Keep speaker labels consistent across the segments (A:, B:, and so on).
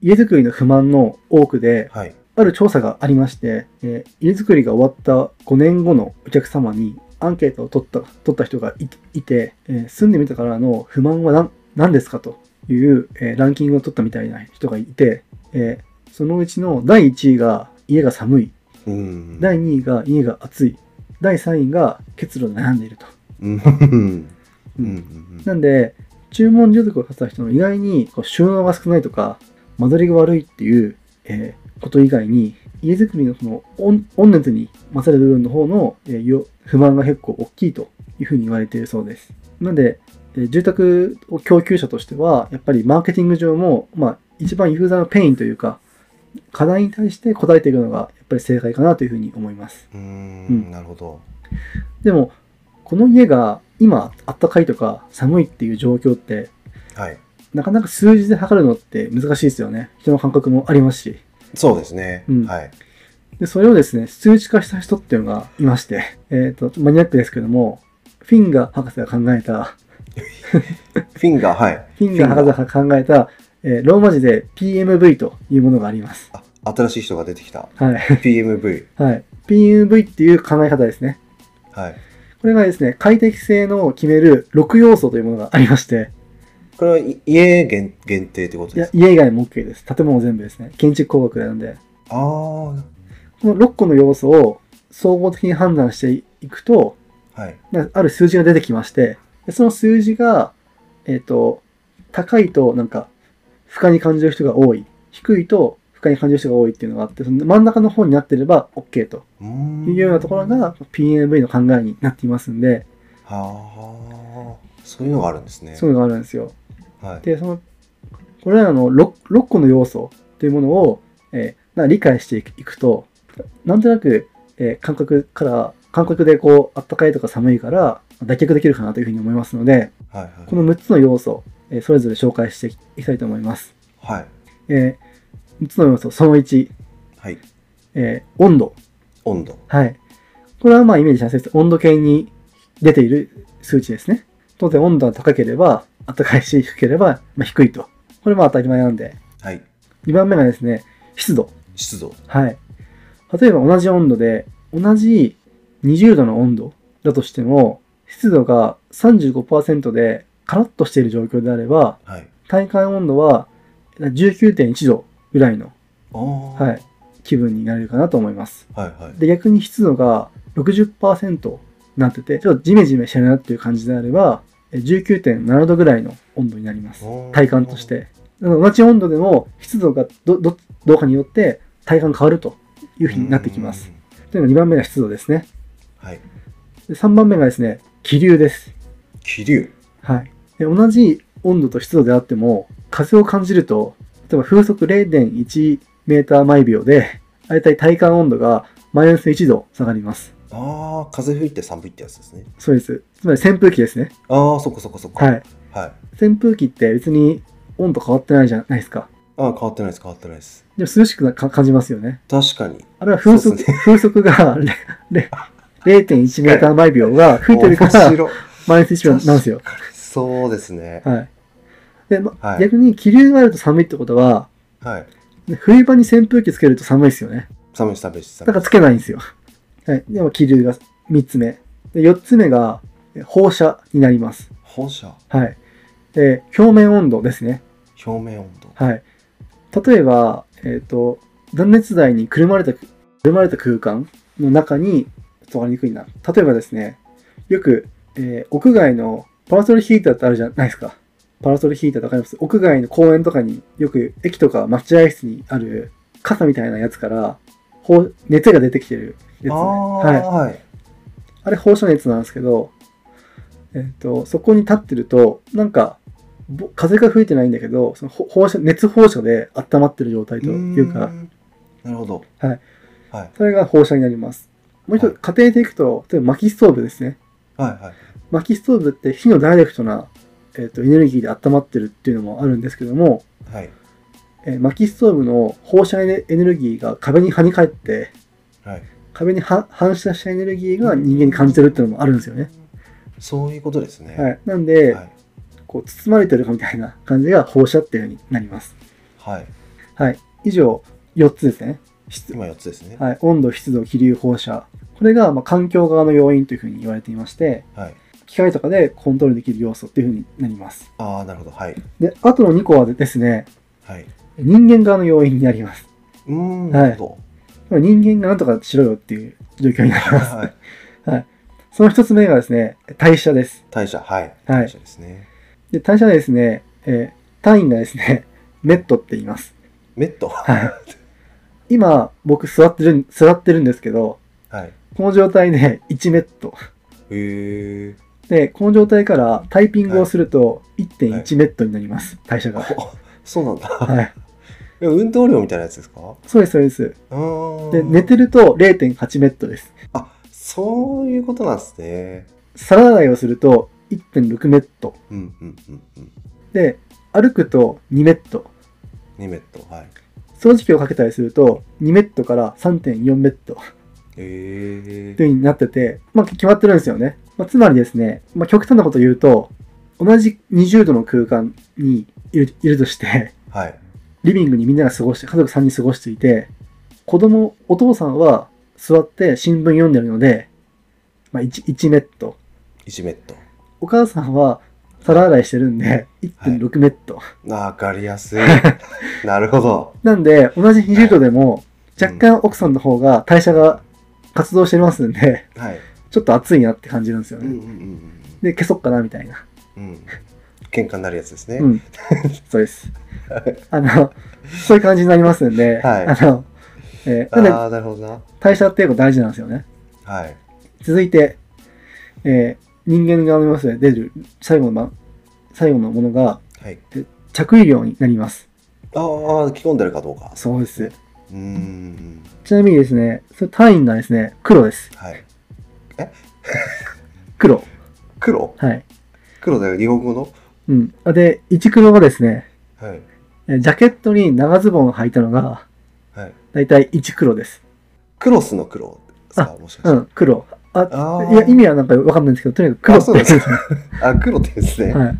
A: 家づくりの不満の多くで、
B: はい。
A: ある調査がありまして、えー家づくりが終わった5年後のお客様にアンケートを取った取った人がいいて、えー住んでみたからの不満は何何ですかという、えーランキングを取ったみたいな人がいて、えーそのうちの第1位が家が寒い、
B: うん。
A: 第2位が家が暑い、第3位が結露で悩んでいると。
B: うん。うん。
A: う
B: う
A: んんなんで、注文従属を立てた人の意外にこう収納が少ないとか、間取りが悪いっていう、えーこと以外に、家づくりのその温温熱に勝る部分の方の、えーよ不満が結構大きいというふうに言われているそうです。なんで、えー住宅を供給者としては、やっぱりマーケティング上も、まあ、一番ユーザーのペインというか、課題に対して答えていくのがやっぱり正解かなというふうに思います。
B: う。
A: うんん
B: なるほど。
A: でも、この家が今あったかいとか寒いっていう状況って
B: はい。
A: なかなか数字で測るのって難しいですよね。人の感覚もありますし。
B: そうですね
A: う。ん
B: はい。
A: で、それをですね、数値化した人っていうのがいまして、えっ、と、マニアックですけども、フィンガー博士が考えた、
B: フィンガー、はい。
A: フィンガー
B: フィンガ
A: 博士が考えた、えーローマ字で PMV というものがあります。
B: あ、新しい人が出てきた。
A: はい。
B: PMV。
A: はい。PMV っていう考え方ですね。
B: はい。
A: これがですね、快適性のを決める6要素というものがありまして、
B: これはい家限限定ってこと
A: い
B: で
A: や
B: すか
A: 家以外も OK です。建物全部ですね。建築工学なんで。
B: ああ。
A: この6個の要素を総合的に判断していくと、
B: はい。
A: なある数字が出てきまして、でその数字が、えっ、と、高いとなんか、不快に感じる人が多い。低いと不快に感じる人が多いっていうのがあって、その真ん中の方になってれば OK と
B: うーん
A: いうようなところが PNV の考えになっていますんで、
B: はあ、そういうのがあるんですね。
A: そういうのがあるんですよ。
B: はい。
A: で、その、これらの 6, 6個の要素というものを、えーな理解していくいくと、なんとなく、えー感覚から、感覚でこう、あったかいとか寒いから脱却できるかなというふうに思いますので、
B: はい。
A: この6つの要素、えーそれぞれ紹介していきたいと思います。
B: はい。
A: え6つの要素、その1、
B: はい。
A: えー温度。
B: 温度。
A: はい。これはまあイメージしやすいです。温度計に出ている数値ですね。当然温度が高ければ暖かいし、低ければまあ低いと。これも当たり前なんで。
B: はい。
A: 2番目がですね、湿度。
B: 湿度。
A: はい。例えば同じ温度で、同じ20度の温度だとしても、湿度が35%でカラッとしている状況であれば、
B: はい。
A: 体感温度は19.1度ぐらいの、
B: ああ。
A: は。い、気分になれるかなと思います。
B: はい。はい。
A: で、逆に湿度が60%になってて、ちょっとジメジメしてるなっていう感じであれば、え19.7度ぐらいの温度になります。体感とし。て。なので同じ温度でも湿度がど、ど、どうかによって体感変わるというふうになってきます。。というのが2番目が湿度ですね。
B: はい。
A: で3番目がですね、気流です。
B: 気流。
A: はい、で同じ温度と湿度であっても風を感じると例えば風速0.1メーター毎秒で大体体感温度がマイナス1度下がります
B: ああ、風吹いて寒いってやつですね。
A: そうですつまり扇風機ですね
B: ああ、そっかそっかそっか。
A: は。い
B: はい。
A: 扇風機って別に温度変わってないじゃないですか
B: ああ、変わってないです。変わってないです。
A: でも涼しくなか感じますよね
B: 確かに。
A: あれは風
B: そう
A: 速,、
B: ですね
A: 風速が れれ0.1メーター毎秒が吹いてるから
B: 面白い
A: マイナス1秒なんですよ、
B: そうですね。
A: はいでま
B: はい
A: 逆に気流があると寒いってことは
B: はい。
A: 冬場に扇風機つけると寒いですよね
B: 寒いし、寒いし、
A: だか
B: 寒い
A: らつけないんですよ。はい。でも気流が3つ目。で4つ目がえ放射になります。
B: 放射。
A: はい。で、表面温度ですね。
B: 表面温度。
A: はい。例えば、えっ、と、断熱材にくるまれた、くるまれた空間の中に、ちょっとわかりにくいな。例えばですね、よく、えー屋外のパラソルヒーターってあるじゃないですか。パラソルヒーターとかあります。屋外の公園とかによく駅とか待合室にある傘みたいなやつから、ほう熱が出てきてるやつ、ね。
B: ああ、
A: はい。
B: はい。
A: あれ放射熱なんですけど、えっ、と、そこに立ってると、なんか、ぼ風が吹いてないんだけど、そのほ放射、熱放射で温まってる状態という
B: ー
A: か、
B: ん。なるほど。
A: はい。
B: はい。
A: それが放射になります。もう一
B: は
A: つ、家庭でいくと、例えば薪ストーブですね。
B: はい。はい。
A: 薪ストーブって火のダイレクトな、えっとエネルギーで温まってるっていうのもあるんですけども、
B: はい。
A: えー薪ストーブの放射エネエネルギーが壁に跳ね返って、
B: はい。
A: 壁には反射したエネルギーが人間に感じてるっていうのもあるんですよね。
B: そういうことですね。
A: はい。なん
B: い
A: で、
B: はい。
A: こう包まれてるかみたいな感じが放射っていうようになります。
B: はい。
A: はい。以上、4つですね。湿
B: 今4つですね。
A: はい、温度、湿度、気流、放射。これがまあ環境側の要因というふうに言われていまして、
B: はい。
A: 機械とかでコントロールできる要素っていうふうになります。
B: ああ、なるほど。はい。
A: で、あとの2個はですね、
B: はい。
A: 人間側の要因になります。
B: うーん、
A: はい
B: なるほ
A: 人間がなんとかしろよっていう状況になり
B: ど。
A: ま
B: は
A: す。
B: い。
A: その1つ目がですね、代謝です。
B: 代謝、はい。
A: はい
B: 代謝ですね。
A: で、代謝はですね、えー単位がですね、 メットって言います。
B: メット。
A: は。
B: はい
A: 今、僕座ってるん、座ってるんですけど、
B: い。
A: この状態で1メット。
B: へ え。
A: で、この状態からタイピングをすると1.1メットになります、代謝が。
B: おそうなんだ。
A: はい。
B: え運動量みたいなやつですか
A: そうです、そうです。
B: うーん。
A: で、寝てると0.8メットです。
B: あ、そういうことなんですね。
A: 皿洗いをすると1.6メット。
B: うんうんうんうん。
A: で、歩くと2メット。
B: 2メット。はい。
A: 掃除機をかけたりすると2メットから3.4メットと
B: へえ。
A: いう風になってて、まあ、決まってるんですよね。まあ、つまりですね、まあ、極端なことを言うと、同じ20度の空間にいるいるとして、
B: はい。
A: リビングにみんなが過ごして、家族3人過ごしていて、子供、お父さんは座って新聞読んでるので、まあ、1, 1メット。
B: 1メット。
A: お母さんは皿洗いしてるんで、1.6メット。
B: わかりやすい。 なるほど。
A: なんで、同じ20度でも、若干奥さんの方が代謝が活動してますんで、
B: はい。
A: ちょっと暑いなって感じるんですよ
B: うんうん
A: ね。
B: うん
A: で、消そっかなみたいな。
B: うん。うん。喧嘩になるやつですね。
A: うん。そうです。あの、そういう感じになりますんで、
B: はい
A: あの、えーなんで
B: ああ、なるほどな。
A: 代謝っていうのが大事なんですよね。
B: はい。
A: 続いて、えー人間側の要素で出る最後のま、最後のものが
B: はい。
A: 着衣料になります。
B: ああ、着込んでるかどうか。
A: そうです。
B: うーん。
A: ちなみにですね、それ単位がですね、黒です。
B: はい。
A: 黒。
B: 黒
A: はい。
B: 黒だよ、日本語の
A: うん。で、一黒がですね、
B: はい。
A: えージャケットに長ズボンを履いたのが、
B: はい。
A: だいたい一黒です。
B: クロスの黒ですかもしかして。
A: うん、黒。あ、
B: ああ。
A: いや、意味はなんかわかんないんですけど、とにか
B: あ
A: く
B: そう
A: 黒
B: なん
A: っ
B: です
A: て。
B: ね。あ、黒って言うんですね。
A: は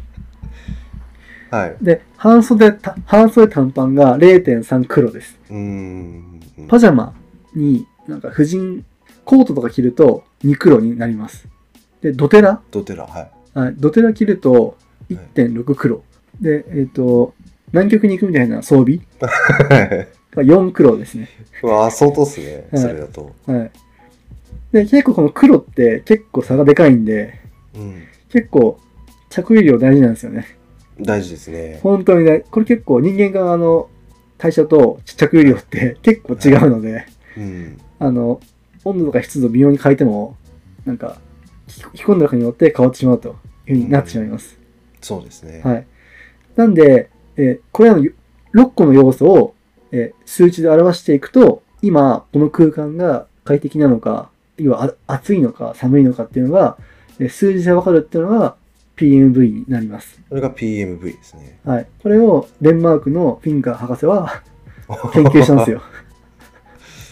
B: はい。
A: い。で、半袖た、半袖短パンが0.3黒です。
B: うーん。
A: パジャマに、なんか婦人、コートとか着ると2黒になります。で、ドテラ
B: ドテラ、はい。
A: はい。ドテラ着ると1.6黒。で、えっ、と、南極に行くみたいな装備が4黒ですね。
B: うわあ、相当っすね。
A: はい
B: それだと。
A: はい。で、結構この黒って結構差がでかいんで、
B: うん。
A: 結構着衣量大事なんですよね。
B: 大事ですね。
A: 本当にね、これ結構人間側の代謝と着衣量って結構違うので、
B: うん。
A: あの、温度とか湿度を微妙に変えても、なんか、着着込んだ中によって変わってしまうというふうになってしまいます。
B: そうですね。
A: はい。なんで、えーこれらの6個の要素を、えー数値で表していくと、今、この空間が快適なのか、要はあ暑いのか寒いのかっていうのが、えー数字でわかるっていうのが PMV になります。
B: それが PMV ですね。
A: はい。これをデンマークのフィンガー博士は研究したんですよ。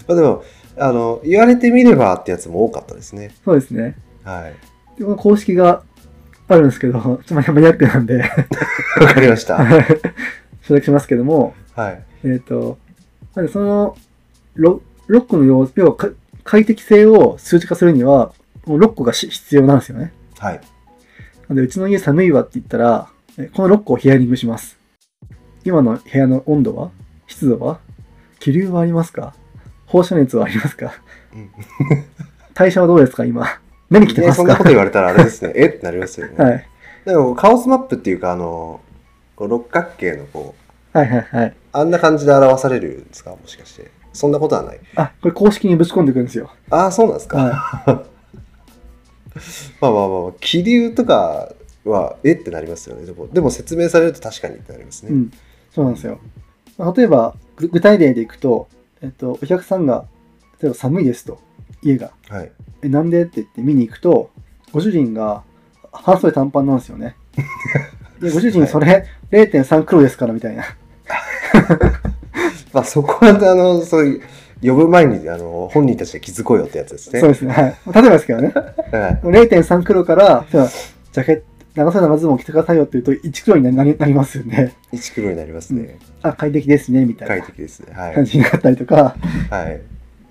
B: まあでも、あの、言われてみればってやつも多かったですね。
A: そうですね。
B: はい。
A: でこの公式があるんですけど、ちょ っとマニアックなんで、
B: わかりました。
A: 省略しますけども、
B: はい。
A: えっ、と、なんでその 6, 6個の要素、要はか快適性を数値化するには、もう6個がし必要なんですよね。
B: はい。
A: なんで、うちの家寒いわって言ったら、えこの6個をヒアリングします。今の部屋の温度は湿度は気流はありますか放射熱はありますか
B: うん
A: 代謝はどうですか今。何着て
B: ね、
A: ます
B: そんな
A: か、
B: こと言われたらあれですね。えってなりますよね。
A: はい、
B: でも、カオスマップっていうか、あの、こう六角形のこう、
A: はいはいはい。
B: あんな感じで表されるんですかもしかして。そんなことはない。
A: あ、これ公式にぶち込んでいくんですよ。
B: ああ、そうなんですか。
A: は
B: まあまあまあまあ、気流とかは、えってなりますよね。でも、でも説明されると確かにってなります
A: い。
B: ね。
A: うん。そうなんですよ。まあ例えば、ぐ具体例でいくと、えっと、お客さんが、例えば寒いですと、家が。
B: はい。
A: え、なんでって言って見に行くと、ご主人が半袖短パンなんですよ ね。いや、ご主人それ0.3黒ですからみたいな。
B: まあそこは、あの、そういう、呼ぶ前に、あの、本人たちで気づこうよってやつですね。
A: そうですね。はい。例えばですけどね。
B: はい。
A: 0.3黒から、例えばジャケット、長袖長ズボン着てくださいよって言うと、1黒になりなりますよね。
B: 一黒になりますね。
A: あ、快適ですね、みたい
B: 快
A: な
B: 適ですね。はい
A: 感。じになったりとか
B: はい。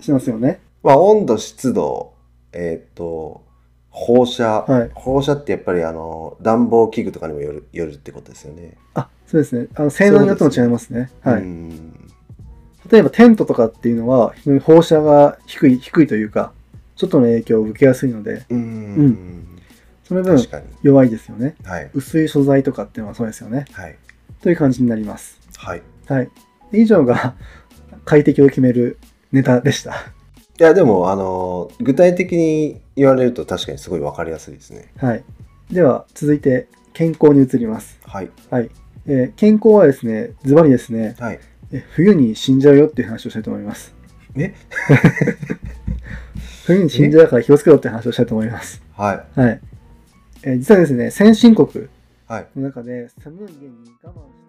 A: しますよね。
B: まあ、温度、湿度、えーっと、放射、
A: はい
B: 放射ってやっぱりあの暖房器具とかにもよるよるってことですよね。
A: あ、そうですね。あの性能によっても違いますね。は
B: う
A: い。
B: ん
A: 例えばテントとかっていうのは、非常に放射が低い、低いというか、ちょっとの影響を受けやすいので、
B: うん
A: うその分
B: 確かに。
A: 弱いですよね。
B: はい。
A: 薄い素材とかっていうのはそうですよね。
B: はい。
A: という感じになります。
B: はい。
A: はい。以上が 快適を決めるネタでした。
B: いや、でも、あの、具体的に言われると確かにすごいわかりやすいですね。
A: はい。では、続いて、健康に移ります。
B: はい。
A: はい。えー健康はですね、ズバリですね、
B: はい。
A: え冬に死んじゃうよっていう話をしたいと思います。
B: え
A: 冬に死んじゃうから気をつけろっていう話をしたいと思います。
B: はい。
A: はい。えー実はですね、先進国
B: はい。
A: の中で、寒い家に我慢して